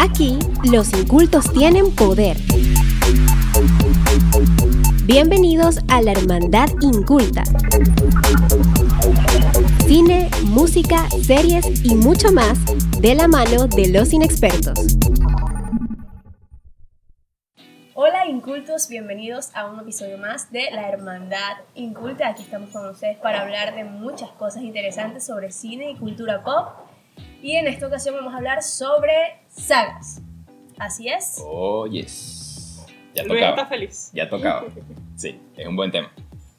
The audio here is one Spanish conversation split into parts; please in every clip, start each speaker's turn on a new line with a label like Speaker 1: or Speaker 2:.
Speaker 1: Aquí los incultos tienen poder. Bienvenidos a la Hermandad Inculta. Cine, música, series y mucho más de la mano de los inexpertos.
Speaker 2: Hola incultos, bienvenidos a un episodio más de La Hermandad Inculta. Aquí estamos con ustedes para hablar de muchas cosas interesantes sobre cine y cultura pop. Y en esta ocasión vamos a hablar sobre sagas. Así es.
Speaker 3: Oh, yes. Ya
Speaker 4: Luis está
Speaker 3: tocaba.
Speaker 4: feliz.
Speaker 3: Ya tocaba. Sí, es un buen tema.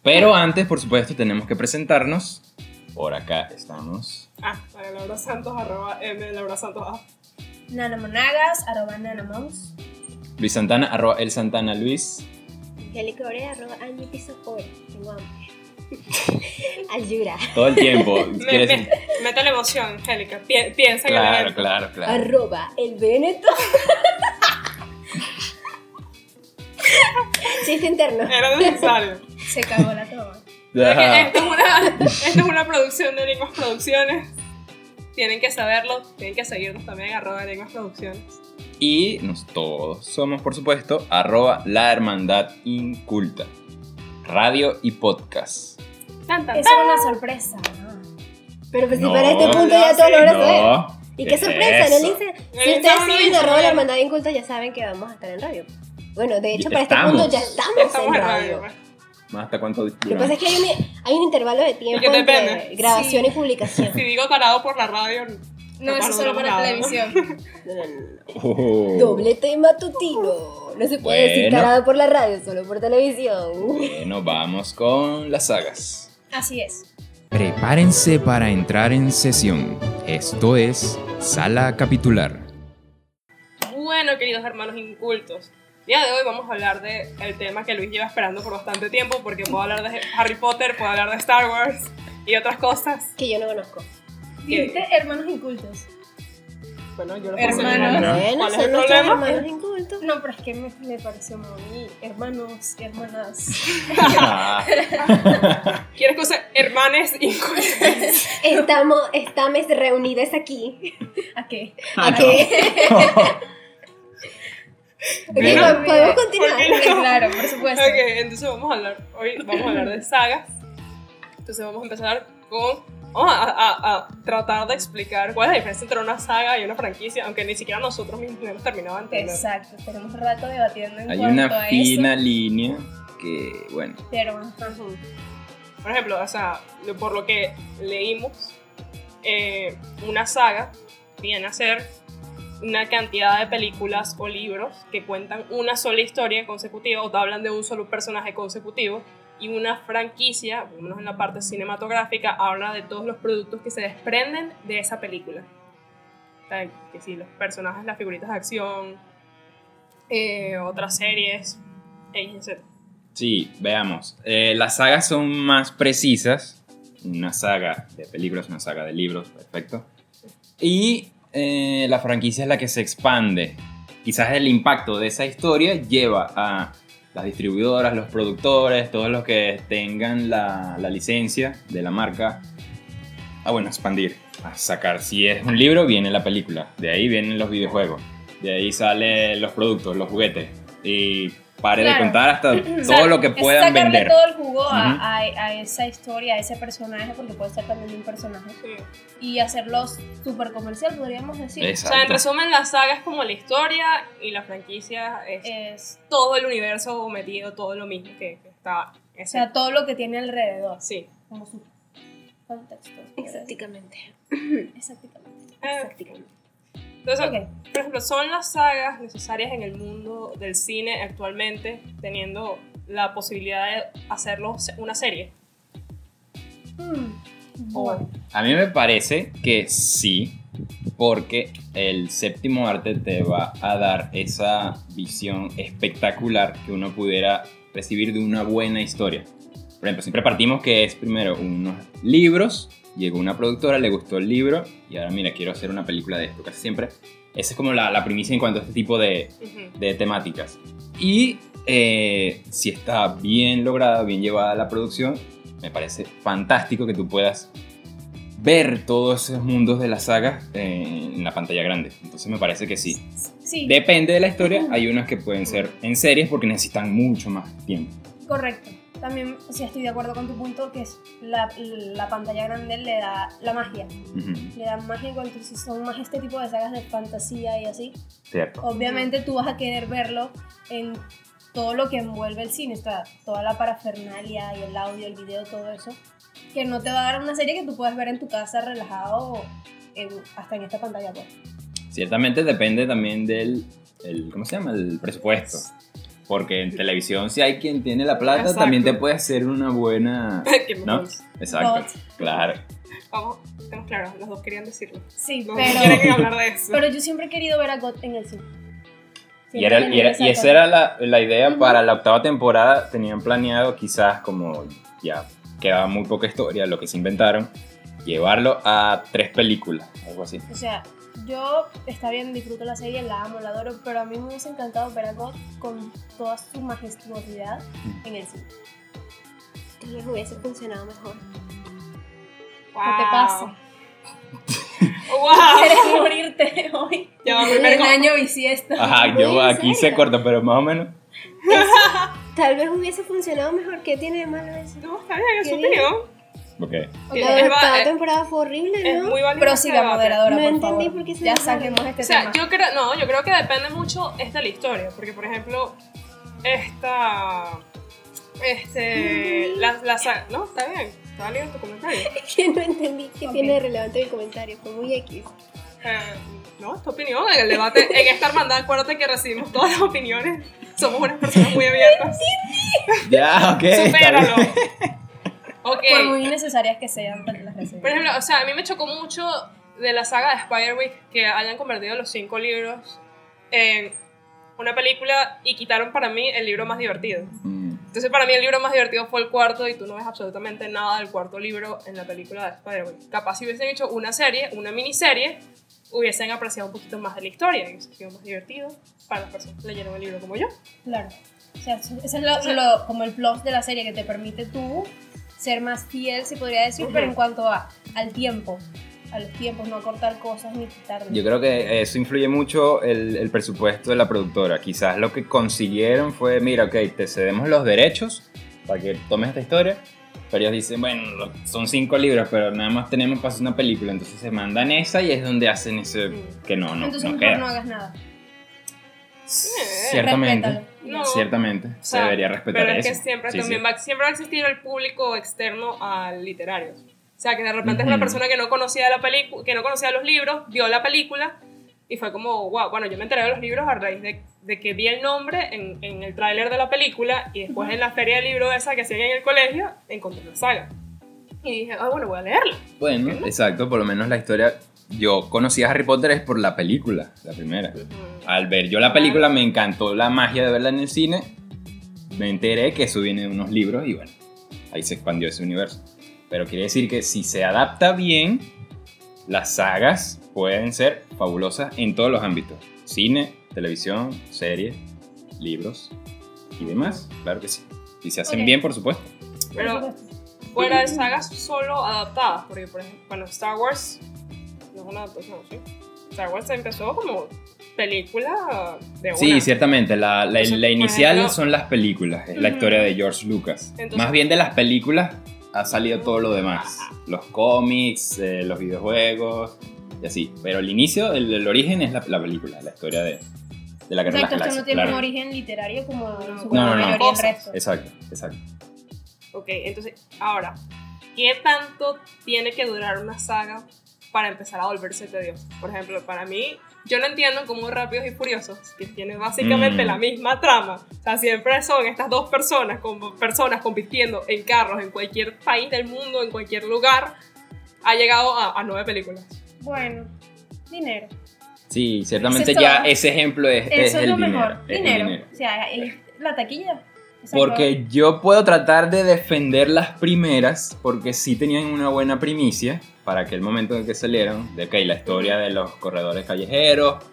Speaker 3: Pero antes, por supuesto, tenemos que presentarnos. Por acá estamos.
Speaker 4: Ah, para Laura Santos, arroba M, Laura Santos Ah, A.
Speaker 2: Nanomonagas, arroba nanomons.
Speaker 3: Luis Santana, arroba el Santana Luis.
Speaker 1: Angélica Orea, arroba Angie Piso Ore. Tengo hambre. Ayura.
Speaker 3: Todo el tiempo.
Speaker 4: Me,
Speaker 3: ¿Quieres-
Speaker 4: me, mete la emoción, Angélica. Pi- piensa
Speaker 3: Claro,
Speaker 4: que la
Speaker 3: claro, claro.
Speaker 1: Arroba el Veneto. Chiste interno.
Speaker 4: era necesario.
Speaker 2: Se cagó la toma.
Speaker 4: Porque
Speaker 3: Ajá.
Speaker 4: esto, es una, esto es una producción de Enigmas Producciones. Tienen que saberlo, tienen que seguirnos también, arroba Enigmas Producciones.
Speaker 3: Y nos todos somos, por supuesto, arroba la hermandad inculta. Radio y podcast.
Speaker 4: Tan, tan,
Speaker 2: Esa
Speaker 4: tan.
Speaker 2: era una sorpresa. ¿no?
Speaker 1: Pero pues si
Speaker 3: No,
Speaker 1: para este punto
Speaker 4: no,
Speaker 1: ya todo
Speaker 4: sí,
Speaker 1: lo saben.
Speaker 3: No.
Speaker 1: Y qué sorpresa, ¿no,
Speaker 3: eso?
Speaker 1: Lisa? Si
Speaker 4: Lisa
Speaker 1: ustedes
Speaker 4: no lo
Speaker 1: siguen
Speaker 4: hizo,
Speaker 1: de robo la
Speaker 4: ¿no?
Speaker 1: hermandad inculta, ya saben que vamos a estar en radio. Bueno, de hecho,
Speaker 3: Ya
Speaker 1: para este
Speaker 3: estamos.
Speaker 1: punto ya estamos,
Speaker 4: Estamos
Speaker 1: en radio.
Speaker 4: pues.
Speaker 3: Más ¿Hasta cuánto
Speaker 1: Lo que pasa es que hay un, hay un intervalo de tiempo
Speaker 4: Y que
Speaker 1: entre
Speaker 4: depende.
Speaker 1: grabación
Speaker 2: Sí.
Speaker 1: y publicación.
Speaker 4: pues. Si digo tarado por la radio,
Speaker 2: No, eso es solo para
Speaker 4: nada.
Speaker 2: televisión.
Speaker 1: No, no, no, no.
Speaker 3: Oh.
Speaker 1: Doble tema tutino. No se puede decir
Speaker 3: Bueno.
Speaker 1: carado por la radio, solo por televisión.
Speaker 3: Bueno, Eh, vamos con las sagas.
Speaker 2: Así es.
Speaker 3: Prepárense para entrar en sesión. Esto es Sala Capitular.
Speaker 4: Bueno, queridos hermanos incultos, día de hoy vamos a hablar del tema que Luis lleva esperando por bastante tiempo, porque puedo hablar de Harry Potter, puedo hablar de Star Wars y otras cosas.
Speaker 1: Que yo no conozco.
Speaker 2: Dijiste hermanos incultos.
Speaker 4: Bueno, yo lo
Speaker 2: Hermanos.
Speaker 3: No.
Speaker 1: Bueno,
Speaker 4: ¿Cuál es
Speaker 1: son
Speaker 4: el
Speaker 1: nuestros
Speaker 4: problema?
Speaker 1: hermanos incultos.
Speaker 2: No, pero es que me, me pareció muy hermanos, hermanas.
Speaker 4: ¿Quieres que use hermanes incultos?
Speaker 1: Estamos, estamos reunidas aquí.
Speaker 2: ¿A qué?
Speaker 1: ¿A qué?
Speaker 3: Bueno.
Speaker 1: Ok, podemos
Speaker 4: ¿Por qué
Speaker 1: continuar.
Speaker 4: no?
Speaker 2: Claro, por supuesto.
Speaker 4: ok, entonces vamos a hablar, hoy vamos a hablar de sagas. Entonces vamos a empezar con... Vamos a, a- a tratar de explicar cuál es la diferencia entre una saga y una franquicia, aunque ni siquiera nosotros mismos hemos terminado de entender.
Speaker 2: Exacto, tenemos rato debatiendo en
Speaker 3: Hay
Speaker 2: cuanto
Speaker 3: una
Speaker 2: a
Speaker 3: fina
Speaker 2: eso.
Speaker 3: línea que, bueno,
Speaker 2: Pero ajá.
Speaker 4: Por ejemplo, o sea, lo- por lo que leímos, eh, una saga viene a ser una cantidad de películas o libros que cuentan una sola historia consecutiva o te hablan de un solo personaje consecutivo. Y una franquicia, por lo menos en la parte cinematográfica, habla de todos los productos que se desprenden de esa película. O sea, que si los personajes, las figuritas de acción, eh, otras series, etc.
Speaker 3: sí, veamos. Eh, las sagas son más precisas. Una saga de películas, una saga de libros, perfecto. Y eh, la franquicia es la que se expande. Quizás el impacto de esa historia lleva a las distribuidoras, los productores, todos los que tengan la, la licencia de la marca a, bueno, expandir, a sacar. Si es un libro, viene la película. De ahí vienen los videojuegos. De ahí salen los productos, los juguetes. Y pare
Speaker 2: Claro.
Speaker 3: de contar hasta
Speaker 2: O
Speaker 3: todo
Speaker 2: sea,
Speaker 3: lo que
Speaker 2: es
Speaker 3: puedan
Speaker 2: sacarle
Speaker 3: vender.
Speaker 2: todo el jugo a,
Speaker 3: Ujú.
Speaker 2: a- a esa historia, a ese personaje, porque puede ser también de un personaje,
Speaker 4: Sí.
Speaker 2: y hacerlo súper comercial, podríamos decir.
Speaker 4: O sea, en
Speaker 3: Exacto.
Speaker 4: resumen, la saga es como la historia y la franquicia es
Speaker 2: Es,
Speaker 4: todo el universo metido, todo lo mismo que, que está.
Speaker 2: o sea, todo lo que tiene alrededor,
Speaker 4: sí.
Speaker 2: como su contexto.
Speaker 1: Exactamente.
Speaker 2: Exactamente.
Speaker 4: Eh,
Speaker 1: Exactamente.
Speaker 4: Entonces,
Speaker 2: Ok.
Speaker 4: por ejemplo, son las sagas necesarias en el mundo del cine actualmente, teniendo la posibilidad de hacerlo se- una serie.
Speaker 2: Hmm,
Speaker 4: O-
Speaker 2: Bueno,
Speaker 3: A mí me parece que sí, porque el séptimo arte te va a dar esa visión espectacular que uno pudiera recibir de una buena historia. Por ejemplo, siempre partimos que es primero unos libros, llegó una productora, le gustó el libro y ahora mira, quiero hacer una película de esto, casi siempre. Esa es como la, la primicia en cuanto a este tipo de,
Speaker 4: Ujú.
Speaker 3: de temáticas. Y eh, si está bien lograda, bien llevada la producción, me parece fantástico que tú puedas ver todos esos mundos de la saga eh, en la pantalla grande. Entonces me parece que sí.
Speaker 2: Sí,
Speaker 3: Depende de la historia, hay unas que pueden ser en series porque necesitan mucho más tiempo.
Speaker 2: correcto. También, o sea, estoy de acuerdo con tu punto que es la, la pantalla grande le da la magia.
Speaker 3: Ujú,
Speaker 2: Le da magia cuando entonces son más este tipo de sagas de fantasía y así.
Speaker 3: Cierto.
Speaker 2: Obviamente tú vas a querer verlo en todo lo que envuelve el cine, o sea, toda la parafernalia y el audio, el video, todo eso, que no te va a dar una serie que tú puedas ver en tu casa relajado en- hasta en esta pantalla. Pues.
Speaker 3: Ciertamente depende también del, el- ¿cómo se llama? El presupuesto. Porque en televisión, si hay quien tiene la plata,
Speaker 4: Exacto.
Speaker 3: también te puede hacer una buena...
Speaker 4: que me
Speaker 3: ¿No?
Speaker 4: gusta.
Speaker 3: Exacto.
Speaker 2: Bots.
Speaker 3: Claro.
Speaker 4: Vamos, estamos claros, los dos querían decirlo.
Speaker 2: Sí,
Speaker 4: No
Speaker 2: pero,
Speaker 4: quieren hablar de eso.
Speaker 2: pero yo siempre he querido ver a God en el cine.
Speaker 3: Y, era- y era- y esa era la, la idea para la octava temporada. Tenían planeado quizás como ya quedaba muy poca historia, lo que se inventaron, llevarlo a tres películas, algo así.
Speaker 2: O sea, yo está bien, disfruto la serie, la amo, la adoro, pero a mí me hubiese encantado ver a God con toda su majestuosidad en el cine.
Speaker 1: Tal vez hubiese funcionado mejor.
Speaker 4: Wow.
Speaker 2: ¿Qué te pasa?
Speaker 1: Ah.
Speaker 4: Wow.
Speaker 2: ¿Quieres morirte hoy?
Speaker 4: Ya va,
Speaker 2: En
Speaker 4: primer
Speaker 2: el
Speaker 4: con-
Speaker 2: año bisiesto.
Speaker 3: Ajá, yo
Speaker 1: Puede
Speaker 3: aquí
Speaker 1: ser.
Speaker 3: se corta, pero más o menos.
Speaker 1: Tal vez hubiese funcionado mejor. ¿Qué tiene de malo eso?
Speaker 4: No, está bien, es
Speaker 1: Qué
Speaker 4: un
Speaker 1: bien.
Speaker 4: tío.
Speaker 3: Ok.
Speaker 4: Sí,
Speaker 1: La
Speaker 4: es
Speaker 1: de
Speaker 4: va-
Speaker 1: octava
Speaker 4: eh,
Speaker 1: temporada fue horrible,
Speaker 4: Es
Speaker 1: ¿no?
Speaker 4: muy válido.
Speaker 2: Pero
Speaker 4: ese
Speaker 2: sí, la
Speaker 4: debate.
Speaker 2: moderadora,
Speaker 1: No
Speaker 2: por
Speaker 1: entendí
Speaker 2: favor.
Speaker 1: por qué se
Speaker 2: ya
Speaker 1: llama.
Speaker 2: saquemos este
Speaker 4: O sea,
Speaker 2: tema.
Speaker 4: yo creo, no, yo creo que depende mucho es de la historia, porque por ejemplo, esta, este, la, la sa- no, está bien, está válido tu comentario.
Speaker 1: Que no entendí que
Speaker 2: Ok.
Speaker 1: tiene de relevante mi comentario. Fue muy X.
Speaker 4: Eh, no, es tu opinión, en el debate, en esta hermandad, acuérdate que recibimos todas las opiniones, somos unas personas muy abiertas,
Speaker 3: Ya, ok. está
Speaker 4: supéralo.
Speaker 3: bien.
Speaker 4: Ok,
Speaker 1: eh,
Speaker 2: Por muy innecesarias que sean pero las reseñas.
Speaker 4: por ejemplo, o sea, a mí me chocó mucho de la saga de Spider-Week que hayan convertido los cinco libros en una película y quitaron para mí el libro más divertido.
Speaker 3: Mm,
Speaker 4: Entonces para mí el libro más divertido fue el cuarto y tú no ves absolutamente nada del cuarto libro en la película de Spider-Man. Capaz si hubiesen hecho una serie, una miniserie, hubiesen apreciado un poquito más de la historia y hubiese sido más divertido para las personas que leyeron el libro como yo.
Speaker 2: Claro. O sea, eso eso es lo, lo- como el plus de la serie que te permite tú ser más fiel, se podría decir,
Speaker 4: Ujú.
Speaker 2: pero en cuanto a, al tiempo, a los tiempos, no cortar cosas ni quitarlas.
Speaker 3: Yo creo que eso influye mucho el, el presupuesto de la productora. Quizás lo que consiguieron fue, mira, ok, te cedemos los derechos para que tomes esta historia. Pero ellos dicen, bueno, lo- son cinco libros, pero nada más tenemos para hacer una película. Entonces se mandan esa y es donde hacen ese... Que no, no,
Speaker 2: Entonces
Speaker 3: no
Speaker 2: mejor
Speaker 3: queda.
Speaker 2: no hagas nada.
Speaker 3: Ciertamente.
Speaker 2: Respétalo.
Speaker 4: No.
Speaker 3: Ciertamente.
Speaker 4: O
Speaker 3: Se
Speaker 4: sea,
Speaker 3: debería respetar
Speaker 4: Pero es
Speaker 3: eso.
Speaker 4: que siempre,
Speaker 3: Sí,
Speaker 4: también
Speaker 3: sí.
Speaker 4: Va, siempre va a existir el público externo al literario. O sea, que de repente es
Speaker 3: Ujú.
Speaker 4: una persona que no conocía la película, que no conocía los libros, vio la película y fue como, wow, bueno, yo me enteré de los libros a raíz de, de que vi el nombre en, en el tráiler de la película y después en la feria de libro esa que hacían en el colegio, encontré la saga. Y dije, ah, bueno, voy a leerla.
Speaker 3: Bueno, exacto. Por lo menos la historia... Yo conocí a Harry Potter es por la película, la primera. Al ver yo la película me encantó la magia de verla en el cine. Me enteré que eso viene de unos libros y bueno, ahí se expandió ese universo. Pero quiere decir que si se adapta bien, las sagas pueden ser fabulosas en todos los ámbitos. Cine, televisión, series, libros y demás. Claro que sí. Y se hacen
Speaker 2: Ok.
Speaker 3: bien, por supuesto.
Speaker 4: Pero fuera de sagas solo adaptadas, porque por ejemplo, bueno, Star Wars no es una adaptación, ¿sí? Star Wars empezó como película de una.
Speaker 3: Sí, ciertamente. La, la-
Speaker 4: Entonces,
Speaker 3: la
Speaker 4: por
Speaker 3: inicial
Speaker 4: ejemplo-
Speaker 3: son las películas. Es la
Speaker 2: Ujú.
Speaker 3: historia de George Lucas.
Speaker 4: Entonces-
Speaker 3: Más bien de las películas ha salido todo lo demás. Los cómics, eh, los videojuegos y así. Pero el inicio, el, el origen es la, la película, la historia de, de la carrera
Speaker 2: Exacto, esto no tiene
Speaker 3: claro.
Speaker 2: un origen literario como en su
Speaker 4: No,
Speaker 2: gran
Speaker 3: no, no.
Speaker 2: mayoría el resto.
Speaker 3: Exacto, exacto.
Speaker 4: Ok, entonces, ahora, ¿qué tanto tiene que durar una saga para empezar a volverse tediosa? Por ejemplo, para mí, yo no entiendo cómo Rápidos y Furiosos, que tiene básicamente
Speaker 3: Mm.
Speaker 4: la misma trama, o sea, siempre son estas dos personas, con, personas compitiendo en carros en cualquier país del mundo, en cualquier lugar, ha llegado a, a nueve películas.
Speaker 2: Bueno, dinero.
Speaker 3: Sí, ciertamente
Speaker 2: Eso es
Speaker 3: ya
Speaker 2: todo.
Speaker 3: ese ejemplo es, es
Speaker 2: Eso es,
Speaker 3: el
Speaker 2: lo
Speaker 3: dinero,
Speaker 2: mejor.
Speaker 3: es el
Speaker 2: Dinero.
Speaker 3: dinero. Eh.
Speaker 2: O sea, es la taquilla. O sea,
Speaker 3: Porque yo puedo tratar de defender las primeras, porque sí tenían una buena primicia para aquel momento en que salieron, de ok, la historia de los corredores callejeros,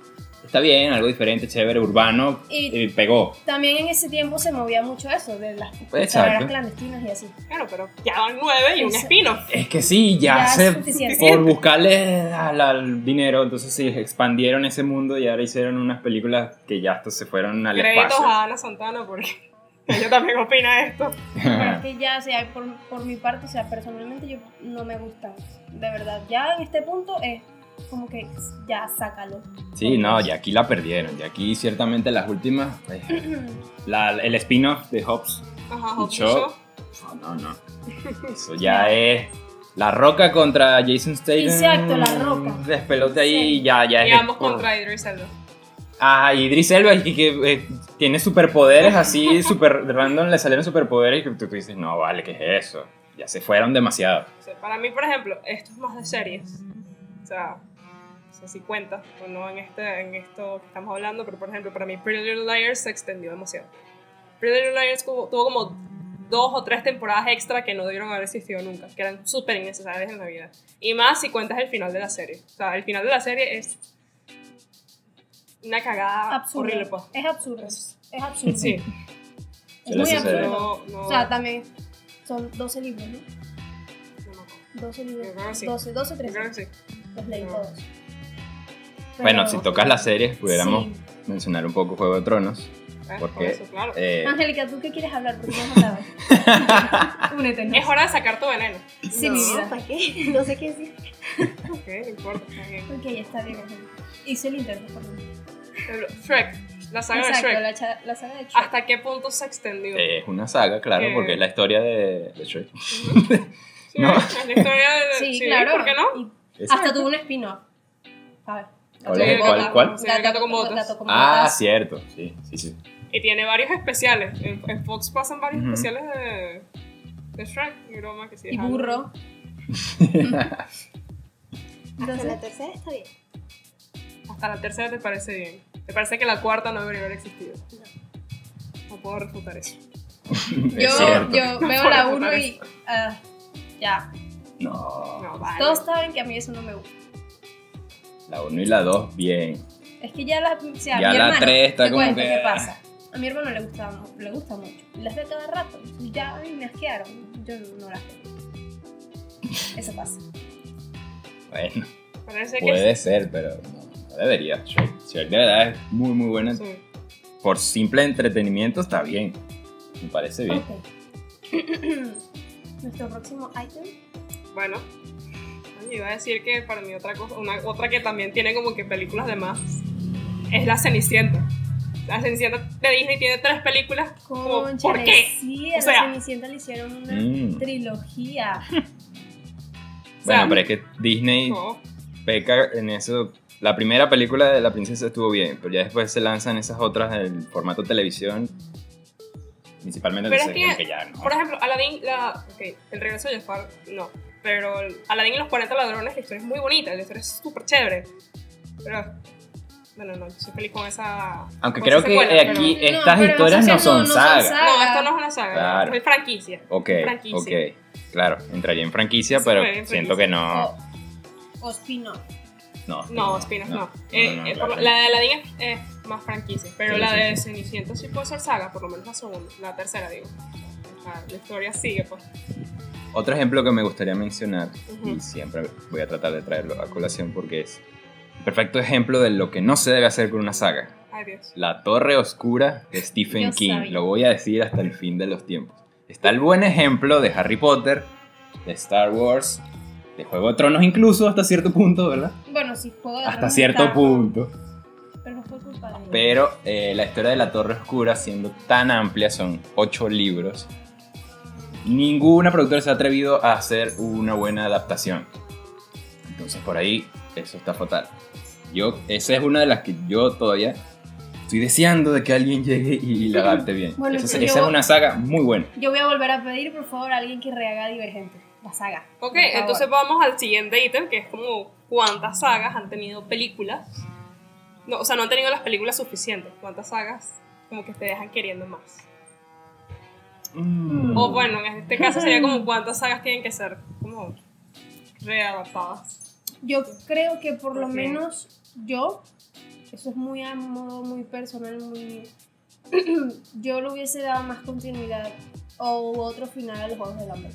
Speaker 3: está bien, algo diferente, chévere, urbano,
Speaker 2: Y-
Speaker 3: eh, pegó.
Speaker 2: También en ese tiempo se movía mucho eso, de las carreras
Speaker 3: Exacto.
Speaker 2: clandestinas y así.
Speaker 4: Claro, pero ya van nueve y un
Speaker 2: Eso.
Speaker 4: spin-off.
Speaker 3: Es que sí, ya,
Speaker 2: Ya es
Speaker 3: se-
Speaker 2: suficiente.
Speaker 3: por buscarle al, al dinero, entonces sí, expandieron ese mundo y ahora hicieron unas películas que ya hasta se fueron al
Speaker 4: Créditos
Speaker 3: espacio.
Speaker 4: a Ana Santana porque ella también opina esto.
Speaker 2: Pero es que ya, o sea, por, por mi parte, o sea, personalmente yo no me gustan. De verdad, ya en este punto es como que ya sácalo.
Speaker 3: Sí, no, y aquí la perdieron, y aquí ciertamente las últimas, eh,
Speaker 4: Mm,
Speaker 3: la- el spin-off de Hobbs,
Speaker 4: Ajá,
Speaker 2: Ah,
Speaker 3: Y
Speaker 4: Hobbs y
Speaker 3: Cho.
Speaker 4: Shaw.
Speaker 3: no, no, no, eso ya es... La Roca contra Jason Statham. Mm,
Speaker 2: Exacto, La Roca.
Speaker 3: Despelote ahí
Speaker 2: Sí.
Speaker 3: y ya, ya
Speaker 4: Y
Speaker 3: es...
Speaker 4: ambos
Speaker 3: por-
Speaker 4: contra Idris Elba.
Speaker 3: Ah, Idris Elba, y que eh, tiene superpoderes así, super random, le salieron superpoderes y que tú, tú dices, no, vale, ¿qué es eso? Ya se fueron demasiado.
Speaker 4: O sea, para mí, por ejemplo, esto es más de series. O sea, no sé si cuenta o no en, este, en esto que estamos hablando, pero por ejemplo, para mí Pretty Little Liars se extendió demasiado. Pretty Little Liars tuvo, tuvo como dos o tres temporadas extra que no debieron haber existido nunca, que eran súper innecesarias en la vida. Y más si cuentas el final de la serie. O sea, el final de la serie es una cagada
Speaker 2: Absurdo.
Speaker 4: horrible. pues.
Speaker 2: Ah, Es absurdo. Es absurdo.
Speaker 4: Sí,
Speaker 2: Es
Speaker 3: Se les
Speaker 2: muy
Speaker 3: sucede.
Speaker 2: absurdo.
Speaker 4: no, no,
Speaker 2: O sea, también son 12 libros, ¿no?
Speaker 4: no, no.
Speaker 2: 12
Speaker 4: Yo creo que
Speaker 2: libros.
Speaker 4: sí.
Speaker 2: 12, 12,
Speaker 4: Yo creo
Speaker 2: 13.
Speaker 4: que sí.
Speaker 2: Los leí
Speaker 4: No.
Speaker 2: todos.
Speaker 3: bueno,
Speaker 2: Pero-
Speaker 3: si tocas las series, pudiéramos
Speaker 2: Sí.
Speaker 3: mencionar un poco Juego de Tronos.
Speaker 4: Ah,
Speaker 3: ¿Por
Speaker 4: por
Speaker 3: qué?
Speaker 4: eso, claro.
Speaker 3: Eh,
Speaker 2: Angélica, ¿tú qué quieres hablar? Porque no sabes. Únete. ¿no?
Speaker 4: Es hora de sacar tu veneno.
Speaker 2: Sí,
Speaker 4: No.
Speaker 2: mi vida.
Speaker 1: ¿Para qué? No sé qué decir.
Speaker 4: Ok, no importa, está bien.
Speaker 2: Ok, está bien, Angélica. Hice el intento por mí.
Speaker 4: Pero Shrek, la saga
Speaker 2: Exacto,
Speaker 4: de Shrek. Ah,
Speaker 2: La, cha- la saga de Shrek.
Speaker 4: ¿Hasta qué punto se extendió?
Speaker 3: eh, es una saga, claro,
Speaker 4: Eh.
Speaker 3: porque es la historia de, de Shrek.
Speaker 4: Sí,
Speaker 3: no.
Speaker 4: es La historia de...
Speaker 2: Sí, claro.
Speaker 4: ¿Por qué no?
Speaker 2: Y
Speaker 3: Exacto.
Speaker 2: hasta tuvo un spin-off. A ver.
Speaker 3: ¿Cuál
Speaker 4: Sí,
Speaker 3: es?
Speaker 4: gato
Speaker 3: ¿Cuál?
Speaker 4: con-
Speaker 3: cuál?
Speaker 4: sí, gato con botas.
Speaker 2: Gato con
Speaker 3: Ah,
Speaker 2: botas.
Speaker 3: cierto, sí, sí, sí.
Speaker 4: Y tiene varios especiales. En, en Fox pasan varios
Speaker 3: Ujú.
Speaker 4: especiales de, de Shrek. Y broma que sí.
Speaker 2: Y
Speaker 4: es algo.
Speaker 2: burro.
Speaker 1: Hasta la
Speaker 2: Entonces,
Speaker 1: tercera está bien.
Speaker 4: Hasta la tercera te parece bien. Te parece que la cuarta no debería haber existido. No puedo refutar eso.
Speaker 2: yo,
Speaker 3: es cierto.
Speaker 2: yo veo la 1 y. ah, ya.
Speaker 3: No,
Speaker 4: No, vale.
Speaker 2: Todos saben que a mí eso no me gusta.
Speaker 3: la 1 y la 2, bien.
Speaker 2: Es que ya la. O sea,
Speaker 3: Ya
Speaker 2: mi
Speaker 3: la
Speaker 2: hermano,
Speaker 3: tres está
Speaker 2: te
Speaker 3: como
Speaker 2: cuento
Speaker 3: que-
Speaker 2: ¿Qué pasa? A mi hermano le gusta, mu- le gusta mucho. Las ve cada rato. Y Ya ay, me asquearon. Yo no las veo. Eso pasa.
Speaker 3: Bueno,
Speaker 4: Parece que
Speaker 3: puede ser, pero no, no debería. Shrek, Shrek de verdad es muy, muy buena.
Speaker 4: sí.
Speaker 3: Por simple entretenimiento está bien. Me parece bien.
Speaker 2: Ok. Nuestro próximo item.
Speaker 4: Bueno, ay, iba a decir que para mí otra cosa, una, otra que también tiene como que películas de más, es La Cenicienta. La Cenicienta de Disney tiene tres películas. como, ¿Por
Speaker 2: Cónchale,
Speaker 4: qué?
Speaker 2: Sí,
Speaker 4: O
Speaker 2: a
Speaker 4: sea-
Speaker 2: la Cenicienta le hicieron una
Speaker 3: Mm.
Speaker 2: trilogía.
Speaker 4: O
Speaker 3: Bueno,
Speaker 4: sea,
Speaker 3: pero es que Disney
Speaker 4: no,
Speaker 3: peca en eso. La primera película de La Princesa estuvo bien, pero ya después se lanzan esas otras en formato televisión. Principalmente
Speaker 4: Pero
Speaker 3: entonces
Speaker 4: es
Speaker 3: creo
Speaker 4: que,
Speaker 3: que ya no.
Speaker 4: Por ejemplo, Aladdin, la, ok, El Regreso de Jafar, no. Pero el- Aladdin y los 40 ladrones, la historia es muy bonita, la historia es súper chévere. Pero, bueno, no, soy feliz con esa...
Speaker 3: Aunque
Speaker 4: con
Speaker 3: creo
Speaker 4: esa
Speaker 3: que eh,
Speaker 4: secuela, pero-
Speaker 3: aquí
Speaker 2: pero-
Speaker 3: estas
Speaker 2: no, pero
Speaker 3: historias
Speaker 2: eso
Speaker 3: no
Speaker 2: sí,
Speaker 3: son
Speaker 2: no- no son
Speaker 3: sagas.
Speaker 2: sagas.
Speaker 4: No, esto no es una saga,
Speaker 3: Claro.
Speaker 4: es franquicia.
Speaker 3: Ok,
Speaker 4: Franquicia.
Speaker 3: ok. Claro, entraría en franquicia,
Speaker 4: Sí,
Speaker 3: pero
Speaker 4: fue en
Speaker 3: siento
Speaker 4: franquicia.
Speaker 3: que no.
Speaker 2: O spin-off.
Speaker 3: No,
Speaker 4: No, spin-off no. Eh,
Speaker 3: no, no,
Speaker 4: eh,
Speaker 3: claro.
Speaker 4: por- La de Aladdin es, es más franquicia, pero
Speaker 3: Sí,
Speaker 4: la
Speaker 3: sí,
Speaker 4: de
Speaker 3: sí.
Speaker 4: Cenicienta sí puede ser saga, por lo menos la segunda, la tercera, digo. La, la historia sigue, pues.
Speaker 3: Otro ejemplo que me gustaría mencionar,
Speaker 4: Ujú.
Speaker 3: y siempre voy a tratar de traerlo a colación porque es un perfecto ejemplo de lo que no se debe hacer con una saga.
Speaker 4: Ay, Dios.
Speaker 3: La Torre Oscura de Stephen
Speaker 2: Yo
Speaker 3: King.
Speaker 2: sabía.
Speaker 3: Lo voy a decir hasta el fin de los tiempos. Está el buen ejemplo de Harry Potter, de Star Wars, de Juego de Tronos incluso hasta cierto punto, ¿verdad?
Speaker 2: Bueno, sí, juego de
Speaker 3: Hasta
Speaker 2: Tronos
Speaker 3: cierto
Speaker 2: está-
Speaker 3: punto.
Speaker 2: Pero no fue culpa de ella.
Speaker 3: Pero eh, la historia de la Torre Oscura, siendo tan amplia, son ocho libros. Ninguna productora se ha atrevido a hacer una buena adaptación. Entonces por ahí eso está fatal. Yo, esa es una de las que yo todavía estoy deseando de que alguien llegue y, y la adapte bien.
Speaker 2: Bueno,
Speaker 3: Esa-
Speaker 2: yo-
Speaker 3: esa es una saga muy buena.
Speaker 2: Yo voy a volver a pedir, por favor, a alguien que rehaga Divergente, la saga.
Speaker 4: Ok,
Speaker 2: por
Speaker 3: Ah,
Speaker 2: favor.
Speaker 4: entonces vamos al siguiente ítem, que es como cuántas sagas han tenido películas. No, o sea, no han tenido las películas suficientes. ¿Cuántas sagas como que te dejan queriendo más?
Speaker 2: Oh,
Speaker 4: O bueno, en este caso sería como cuántas sagas tienen que ser como readaptadas.
Speaker 2: Yo creo que por lo
Speaker 4: Ok.
Speaker 2: menos yo Eso es muy a modo muy personal, muy... Yo le hubiese dado más continuidad o otro final a los Juegos del Hambre.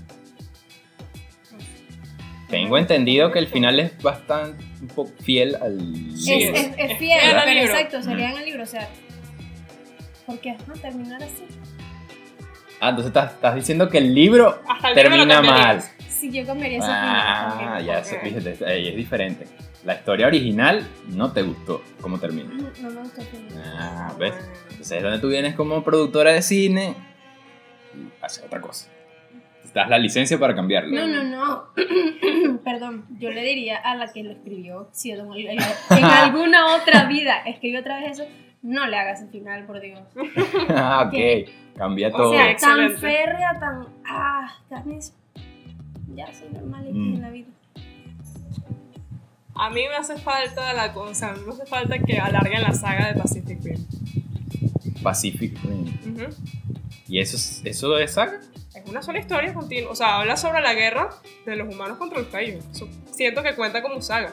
Speaker 3: Tengo entendido que el final es bastante un poco fiel al
Speaker 2: Es,
Speaker 4: Sí.
Speaker 3: libro.
Speaker 2: es, es fiel,
Speaker 4: Era el
Speaker 2: pero
Speaker 4: libro.
Speaker 2: exacto, sería
Speaker 3: Ujú.
Speaker 2: en el libro, o sea... Porque, ajá, terminar así.
Speaker 3: Ah, entonces estás, estás diciendo que el libro
Speaker 4: Hasta el libro lo
Speaker 3: termina
Speaker 4: cambiaría.
Speaker 3: mal.
Speaker 2: Si yo cambiaría ese final.
Speaker 3: Ah,
Speaker 2: también.
Speaker 3: ya,
Speaker 4: ok.
Speaker 3: se- fíjate, ahí es diferente. La historia original no te gustó cómo termina.
Speaker 2: No me gustó el final.
Speaker 3: Ah, ves. Entonces es donde tú vienes como productora de cine y haces otra cosa. Te das la licencia para cambiarlo.
Speaker 2: No, no, no. Perdón, yo le diría a la que lo escribió, si en en alguna otra vida escribió otra vez eso, no le hagas el final, por Dios.
Speaker 3: ah, ok. Cambia
Speaker 2: O
Speaker 3: todo.
Speaker 2: sea, tan
Speaker 4: Excelente.
Speaker 2: férrea, tan. Ah, carnes. Ya soy normal aquí
Speaker 3: Mm.
Speaker 2: en la vida.
Speaker 4: A mí me hace falta la cosa, me hace falta que alarguen la saga de Pacific Rim.
Speaker 3: Pacific Rim.
Speaker 4: Ujú.
Speaker 3: ¿Y eso, es- eso es saga?
Speaker 4: Es una sola historia continua, o sea, habla sobre la guerra de los humanos contra los caídos. Eso siento que cuenta como saga.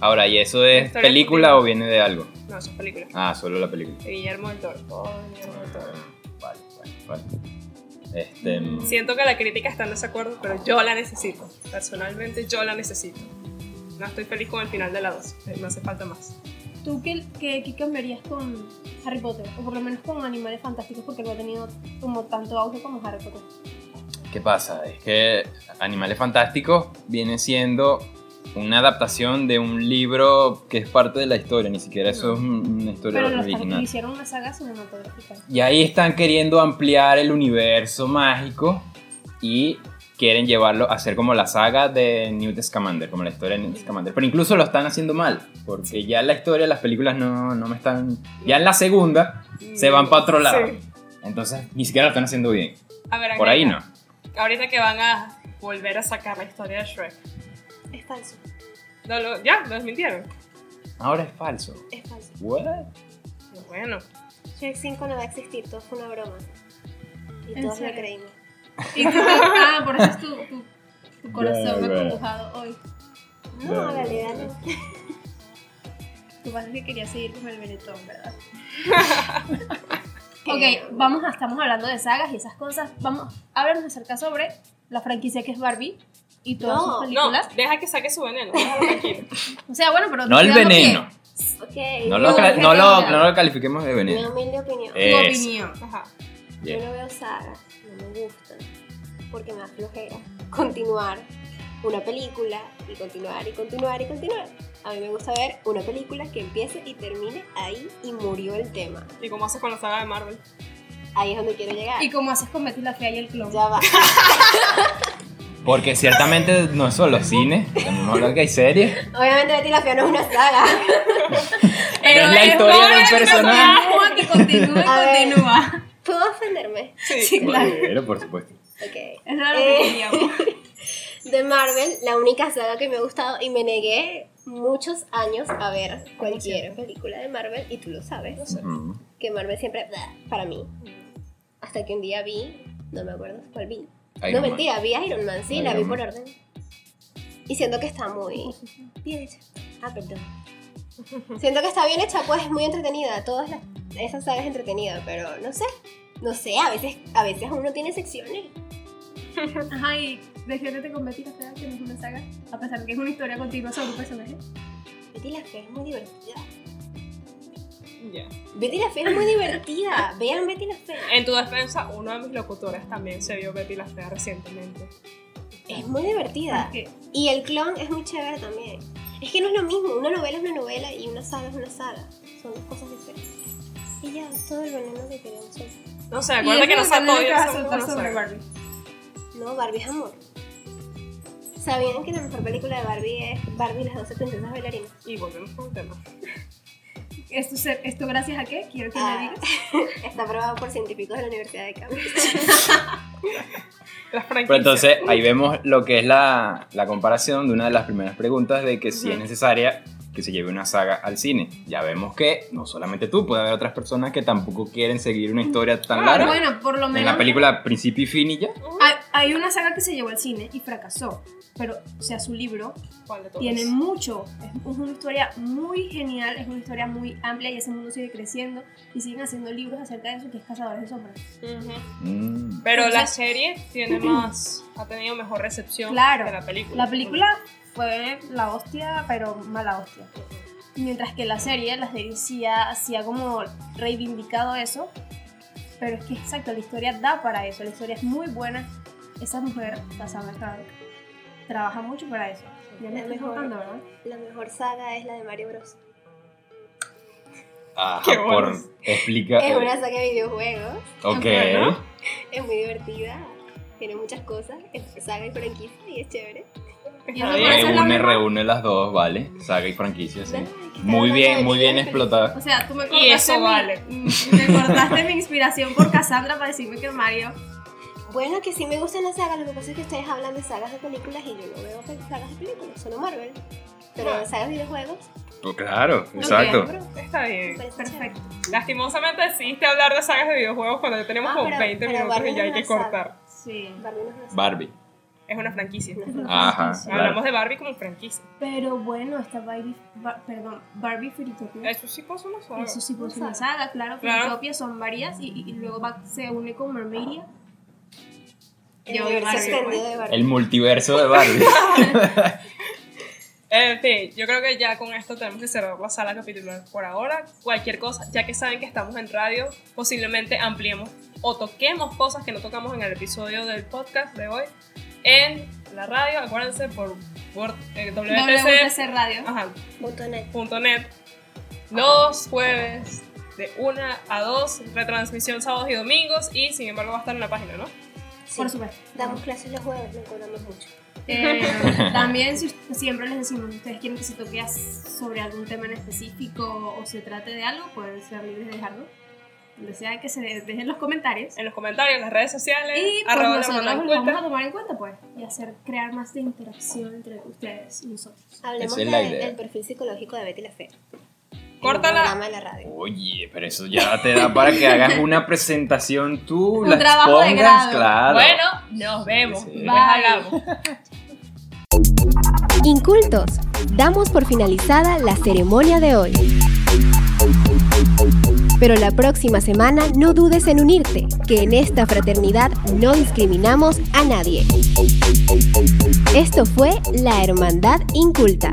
Speaker 3: Ahora, ¿y eso es
Speaker 4: Historia
Speaker 3: película
Speaker 4: continua.
Speaker 3: o viene de algo?
Speaker 4: No, eso es película.
Speaker 3: Ah, solo la película. Ah,
Speaker 4: De Guillermo del Toro. Todo de Guillermo del Toro.
Speaker 3: Vale, vale, vale. Este, mm,
Speaker 4: Siento que la crítica está en desacuerdo, pero yo la necesito. Personalmente yo la necesito. No estoy feliz con el final de la 2. Me hace falta más.
Speaker 2: ¿Tú qué, qué, qué cambiarías con Harry Potter? O por lo menos con Animales Fantásticos, porque no ha tenido como tanto auge como Harry Potter.
Speaker 3: ¿Qué pasa? Es que Animales Fantásticos viene siendo una adaptación de un libro que es parte de la historia, ni siquiera eso es un- una historia
Speaker 2: Pero lo
Speaker 3: original.
Speaker 2: hicieron una saga cinematográfica.
Speaker 3: Y ahí están queriendo ampliar el universo mágico y quieren llevarlo a hacer como la saga de Newt Scamander, como la historia de Newt Scamander. Pero incluso lo están haciendo mal, porque ya la historia de las películas no, no me están... Ya en la segunda se van para otro lado.
Speaker 4: Sí.
Speaker 3: Entonces ni siquiera lo están haciendo bien.
Speaker 4: A ver,
Speaker 3: Por ahí no.
Speaker 4: Angélica, Ahorita que van a volver a sacar la historia de Shrek.
Speaker 2: Es falso,
Speaker 4: No, lo- ya, lo desmintieron.
Speaker 3: Ahora es falso.
Speaker 2: es falso.
Speaker 3: What?
Speaker 4: Bueno.
Speaker 5: Shrek 5 no va a existir, todo fue una broma. Y
Speaker 2: ¿En
Speaker 5: todos lo
Speaker 2: serio?
Speaker 5: creímos.
Speaker 2: Y tú- ah, por eso es tu, tu, tu corazón
Speaker 3: Ya, ya.
Speaker 2: acongojado hoy.
Speaker 5: No, en realidad no.
Speaker 2: Tú pasa que querías seguir con el Benetton, ¿verdad? ok, vamos a, estamos hablando de sagas y esas cosas. Vamos, háblanos acerca sobre la franquicia que es Barbie y todas
Speaker 5: No,
Speaker 2: sus
Speaker 4: No,
Speaker 2: películas.
Speaker 4: deja que saque su veneno. déjalo tranquilo.
Speaker 2: O sea, bueno, pero...
Speaker 3: No el
Speaker 2: digamos
Speaker 3: veneno.
Speaker 5: Ok.
Speaker 3: No lo,
Speaker 2: Ah, No,
Speaker 3: cla-
Speaker 2: es
Speaker 3: no lo,
Speaker 2: general.
Speaker 3: no lo califiquemos de
Speaker 5: Mi
Speaker 3: veneno.
Speaker 5: humilde opinión.
Speaker 2: que
Speaker 3: Eh,
Speaker 2: Tu
Speaker 3: Es.
Speaker 2: opinión.
Speaker 4: Ajá.
Speaker 5: Yo no veo sagas, no me gustan, porque me da flojera continuar una película y continuar y continuar y continuar. A mí me gusta ver una película que empiece y termine ahí y murió el tema.
Speaker 4: ¿Y cómo haces con la saga de Marvel?
Speaker 5: Ahí es donde quiero llegar.
Speaker 2: Y como haces con Betty la Fea y el clon.
Speaker 5: Ya va.
Speaker 3: Porque ciertamente no es solo cine, también hablan que hay series.
Speaker 5: Obviamente Betty la Fea no es una saga.
Speaker 2: Eh,
Speaker 3: Pero es la historia de un personaje.
Speaker 2: Que continúa y
Speaker 5: A ver.
Speaker 2: continúa.
Speaker 5: ¿Puedo ofenderme?
Speaker 4: Sí.
Speaker 3: Pero por supuesto.
Speaker 5: Ok.
Speaker 2: Es raro que
Speaker 5: Eh.
Speaker 2: queríamos.
Speaker 5: De Marvel, la única saga que me ha gustado y me negué muchos años a ver cualquier película de Marvel y tú lo sabes.
Speaker 3: Ujú.
Speaker 5: que Marvel siempre "Bah", para mí. Hasta que un día vi, no me acuerdo cuál vi. no
Speaker 3: Iron Man.
Speaker 5: mentira, vi Iron Man, sí, la
Speaker 3: Iron
Speaker 5: vi
Speaker 3: Man.
Speaker 5: por orden. Y siento que está muy bien hecha. Ah, perdón. siento que está bien hecha, pues es muy entretenida. Todas las, esas sagas entretenidas, pero no sé. No sé, a veces, a veces uno tiene secciones.
Speaker 2: Ajá, y defiéndete con Betty la Fea, que no es una saga, a pesar de que es una historia continua sobre un personaje.
Speaker 5: Betty la Fea es muy divertida.
Speaker 4: Ya.
Speaker 5: Betty la Fea es muy divertida. Vean Betty la Fea.
Speaker 4: En tu defensa, uno de mis locutores también se vio Betty la Fea recientemente.
Speaker 5: Es muy divertida.
Speaker 2: Porque
Speaker 5: Y el clon es muy chévere también. Es que no es lo mismo, una novela es una novela y una saga es una saga. Son dos cosas diferentes. Y ya, todo el veneno que queremos soltar.
Speaker 4: No sé,
Speaker 2: Y
Speaker 4: acuerda
Speaker 2: eso
Speaker 4: que no
Speaker 2: es lo
Speaker 4: sacó
Speaker 2: que
Speaker 4: yo
Speaker 2: vas a
Speaker 4: esa
Speaker 2: soltar
Speaker 4: cosa.
Speaker 2: sobre Barbie.
Speaker 5: No, Barbie es amor. ¿Sabían que la mejor película de Barbie es Barbie y las 12 princesas bailarinas?
Speaker 4: Y volvemos con el tema.
Speaker 2: ¿Esto, se- esto gracias a qué? Quiero que me
Speaker 5: Ah,
Speaker 2: digas.
Speaker 5: está aprobado por científicos de la Universidad de Cambridge.
Speaker 4: Las
Speaker 3: Pero
Speaker 4: franquicias.
Speaker 3: entonces ahí vemos lo que es la, la comparación de una de las primeras preguntas de que si es necesaria que se lleve una saga al cine. Ya vemos que no solamente tú, puede haber otras personas que tampoco quieren seguir una historia tan larga.
Speaker 4: Claro,
Speaker 2: Ah, Bueno, por lo
Speaker 3: en
Speaker 2: menos
Speaker 3: la película principio y fin y ya.
Speaker 2: hay, hay una saga que se llevó al cine y fracasó, pero o sea, su libro
Speaker 4: ¿Cuál de todos?
Speaker 2: tiene mucho, es es una historia muy genial, es una historia muy amplia y ese mundo sigue creciendo y siguen haciendo libros acerca de eso que es Cazadores de Sombras.
Speaker 4: Ujú.
Speaker 3: Mm.
Speaker 4: Pero la
Speaker 2: Entonces-
Speaker 4: serie tiene más, ha tenido mejor recepción
Speaker 2: Claro,
Speaker 4: que la película.
Speaker 2: La película fue la hostia, pero mala hostia. Mientras que la serie, la serie sí ha, sí ha como reivindicado eso. Pero es que exacto, la historia da para eso. La historia es muy buena. Esa mujer, la Sandra Stark, trabaja mucho para eso. Ya me
Speaker 5: La
Speaker 2: estoy
Speaker 5: mejor.
Speaker 2: contando, ¿verdad?
Speaker 5: La mejor saga es la de Mario Bros.
Speaker 3: Ajá,
Speaker 4: Qué
Speaker 3: por
Speaker 4: bolas.
Speaker 3: explica.
Speaker 5: Es una saga de videojuegos,
Speaker 3: Ok.
Speaker 4: Bueno.
Speaker 5: es muy divertida, tiene muchas cosas, es saga y franquicia y es chévere.
Speaker 2: Y
Speaker 4: Está
Speaker 2: eso
Speaker 4: bien.
Speaker 2: por eso es la
Speaker 3: Reúne,
Speaker 2: mejor.
Speaker 3: Eh, reúne las dos, ¿vale? Saga y franquicia, sí.
Speaker 5: Ay, que
Speaker 3: Muy
Speaker 5: cada
Speaker 3: bien,
Speaker 5: saga
Speaker 3: muy bien
Speaker 5: tiene
Speaker 2: O
Speaker 3: explotada.
Speaker 2: sea, tú me
Speaker 4: Y
Speaker 2: cortaste,
Speaker 4: eso
Speaker 2: mi,
Speaker 4: vale.
Speaker 2: me cortaste mi inspiración por Cassandra para decirme que Mario.
Speaker 5: películas. Bueno, que sí me gustan las sagas, lo que pasa es que ustedes hablan de sagas de películas y yo no veo pe- sagas de películas, solo Marvel. Pero
Speaker 4: Ah.
Speaker 5: sagas de videojuegos,
Speaker 3: Pues claro, exacto.
Speaker 4: Está
Speaker 5: me
Speaker 4: bien.
Speaker 2: Pues
Speaker 5: parece chévere.
Speaker 2: Perfecto.
Speaker 4: Lastimosamente decidiste hablar de sagas de videojuegos cuando ya tenemos
Speaker 5: Ah,
Speaker 4: como
Speaker 5: pero-
Speaker 4: 20
Speaker 5: pero
Speaker 4: minutos
Speaker 5: Barbie
Speaker 4: y ya hay
Speaker 5: es
Speaker 4: que
Speaker 5: una saga.
Speaker 4: cortar.
Speaker 2: Sí.
Speaker 5: Barbie no es una saga.
Speaker 3: Barbie.
Speaker 4: Es una franquicia.
Speaker 5: No es una
Speaker 3: Ajá.
Speaker 2: Sí.
Speaker 3: claro.
Speaker 4: Hablamos de Barbie como franquicia.
Speaker 2: Pero bueno, esta Barbie, Bar- perdón, Barbie Fairytopia.
Speaker 4: Eso sí pasó una saga.
Speaker 2: Eso sí pues una saga, claro,
Speaker 4: Claro.
Speaker 2: Fairytopia son varias y, y- y luego va- se une con Mermaidia.
Speaker 5: El
Speaker 4: Yo pues. vi
Speaker 5: universo
Speaker 4: Barbie,
Speaker 5: extendido de Barbie.
Speaker 3: El multiverso de Barbie.
Speaker 4: En fin, yo creo que ya con esto tenemos que cerrar la sala capitular por ahora. Cualquier cosa, ya que saben que estamos en radio, posiblemente ampliemos o toquemos cosas que no tocamos en el episodio del podcast de hoy en la radio. Acuérdense por, por eh, WTC,
Speaker 2: WTC Radio.
Speaker 4: ajá,
Speaker 5: Punto net.
Speaker 4: punto net, los jueves de 1 a 2, retransmisión sábados y domingos y sin embargo va a estar en la página, ¿no?
Speaker 5: Sí.
Speaker 2: Por supuesto.
Speaker 5: Damos clases los jueves, no cobramos mucho.
Speaker 2: Eh, también si us- siempre les decimos, si ustedes quieren que se toque as- sobre algún tema en específico o se trate de algo, pueden ser libres de dejarlo. Donde sea que se de- dejen los comentarios.
Speaker 4: En los comentarios, en las redes sociales,
Speaker 2: Y pues
Speaker 4: arroba la
Speaker 2: nosotros
Speaker 4: hermandad
Speaker 2: los vamos
Speaker 4: oculta.
Speaker 2: a tomar en cuenta, pues, y hacer crear más de interacción entre ustedes y nosotros.
Speaker 5: Hablemos
Speaker 3: Esa es la
Speaker 5: del
Speaker 3: idea.
Speaker 5: del perfil psicológico de Betty la Fea. en
Speaker 4: Córtala.
Speaker 5: El programa de la radio.
Speaker 3: Oye, pero eso ya te da para que hagas una presentación tú.
Speaker 2: Un
Speaker 3: la
Speaker 2: trabajo de
Speaker 3: expongas,
Speaker 2: grado.
Speaker 3: claro.
Speaker 4: Bueno, nos vemos.
Speaker 3: Sí, sí.
Speaker 4: Pues
Speaker 2: Bye.
Speaker 4: hablamos.
Speaker 1: Incultos, damos por finalizada la ceremonia de hoy. Pero la próxima semana no dudes en unirte, que en esta fraternidad no discriminamos a nadie. Esto fue La Hermandad Inculta.